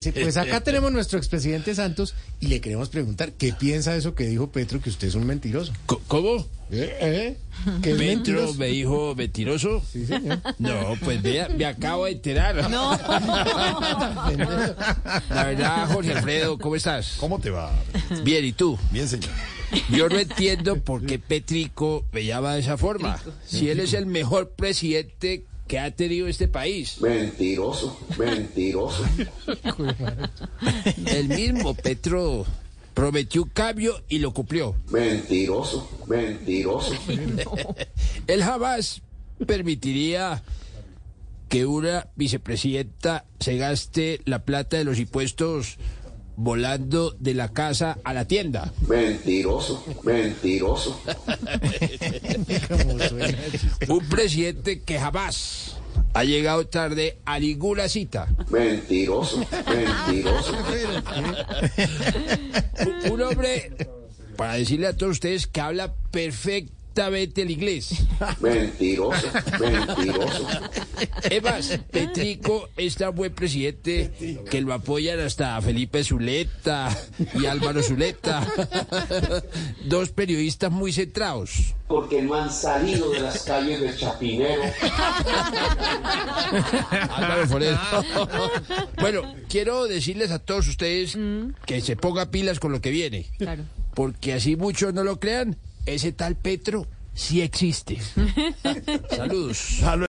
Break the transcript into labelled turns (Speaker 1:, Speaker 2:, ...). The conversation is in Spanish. Speaker 1: Sí, pues acá tenemos nuestro expresidente Santos y le queremos preguntar qué piensa de eso que dijo Petro, que usted es un mentiroso.
Speaker 2: Co- ¿Cómo?
Speaker 1: ¿Eh? ¿Eh? ¿Qué es
Speaker 2: ¿Petro
Speaker 1: mentiroso?
Speaker 2: me dijo mentiroso?
Speaker 1: Sí, señor.
Speaker 2: No, pues vea, me acabo de enterar. No. La verdad, Jorge Alfredo, ¿cómo estás?
Speaker 3: ¿Cómo te va?
Speaker 2: Bien, ¿y tú?
Speaker 3: Bien, señor.
Speaker 2: Yo no entiendo por qué Petrico me llama de esa forma. Si él es el mejor presidente que ha tenido este país.
Speaker 4: Mentiroso, mentiroso.
Speaker 2: El mismo Petro prometió un cambio y lo cumplió.
Speaker 4: Mentiroso, mentiroso.
Speaker 2: Él jamás permitiría que una vicepresidenta se gaste la plata de los impuestos volando de la casa a la tienda.
Speaker 4: Mentiroso, mentiroso.
Speaker 1: Como suena.
Speaker 2: Un presidente que jamás ha llegado tarde a ninguna cita.
Speaker 4: Mentiroso, mentiroso.
Speaker 2: Un- Un hombre, para decirle a todos ustedes, que habla perfectamente el inglés.
Speaker 4: Mentiroso, mentiroso.
Speaker 2: Es más, Petrico es tan buen presidente que lo apoyan hasta Felipe Zuleta y Álvaro Zuleta. Dos periodistas muy centrados.
Speaker 4: Porque no han salido de las calles de Chapinero.
Speaker 2: Álvaro Forero. Bueno, quiero decirles a todos ustedes que se ponga pilas con lo que viene. Porque así muchos no lo crean, ese tal Petro sí existe. Saludos.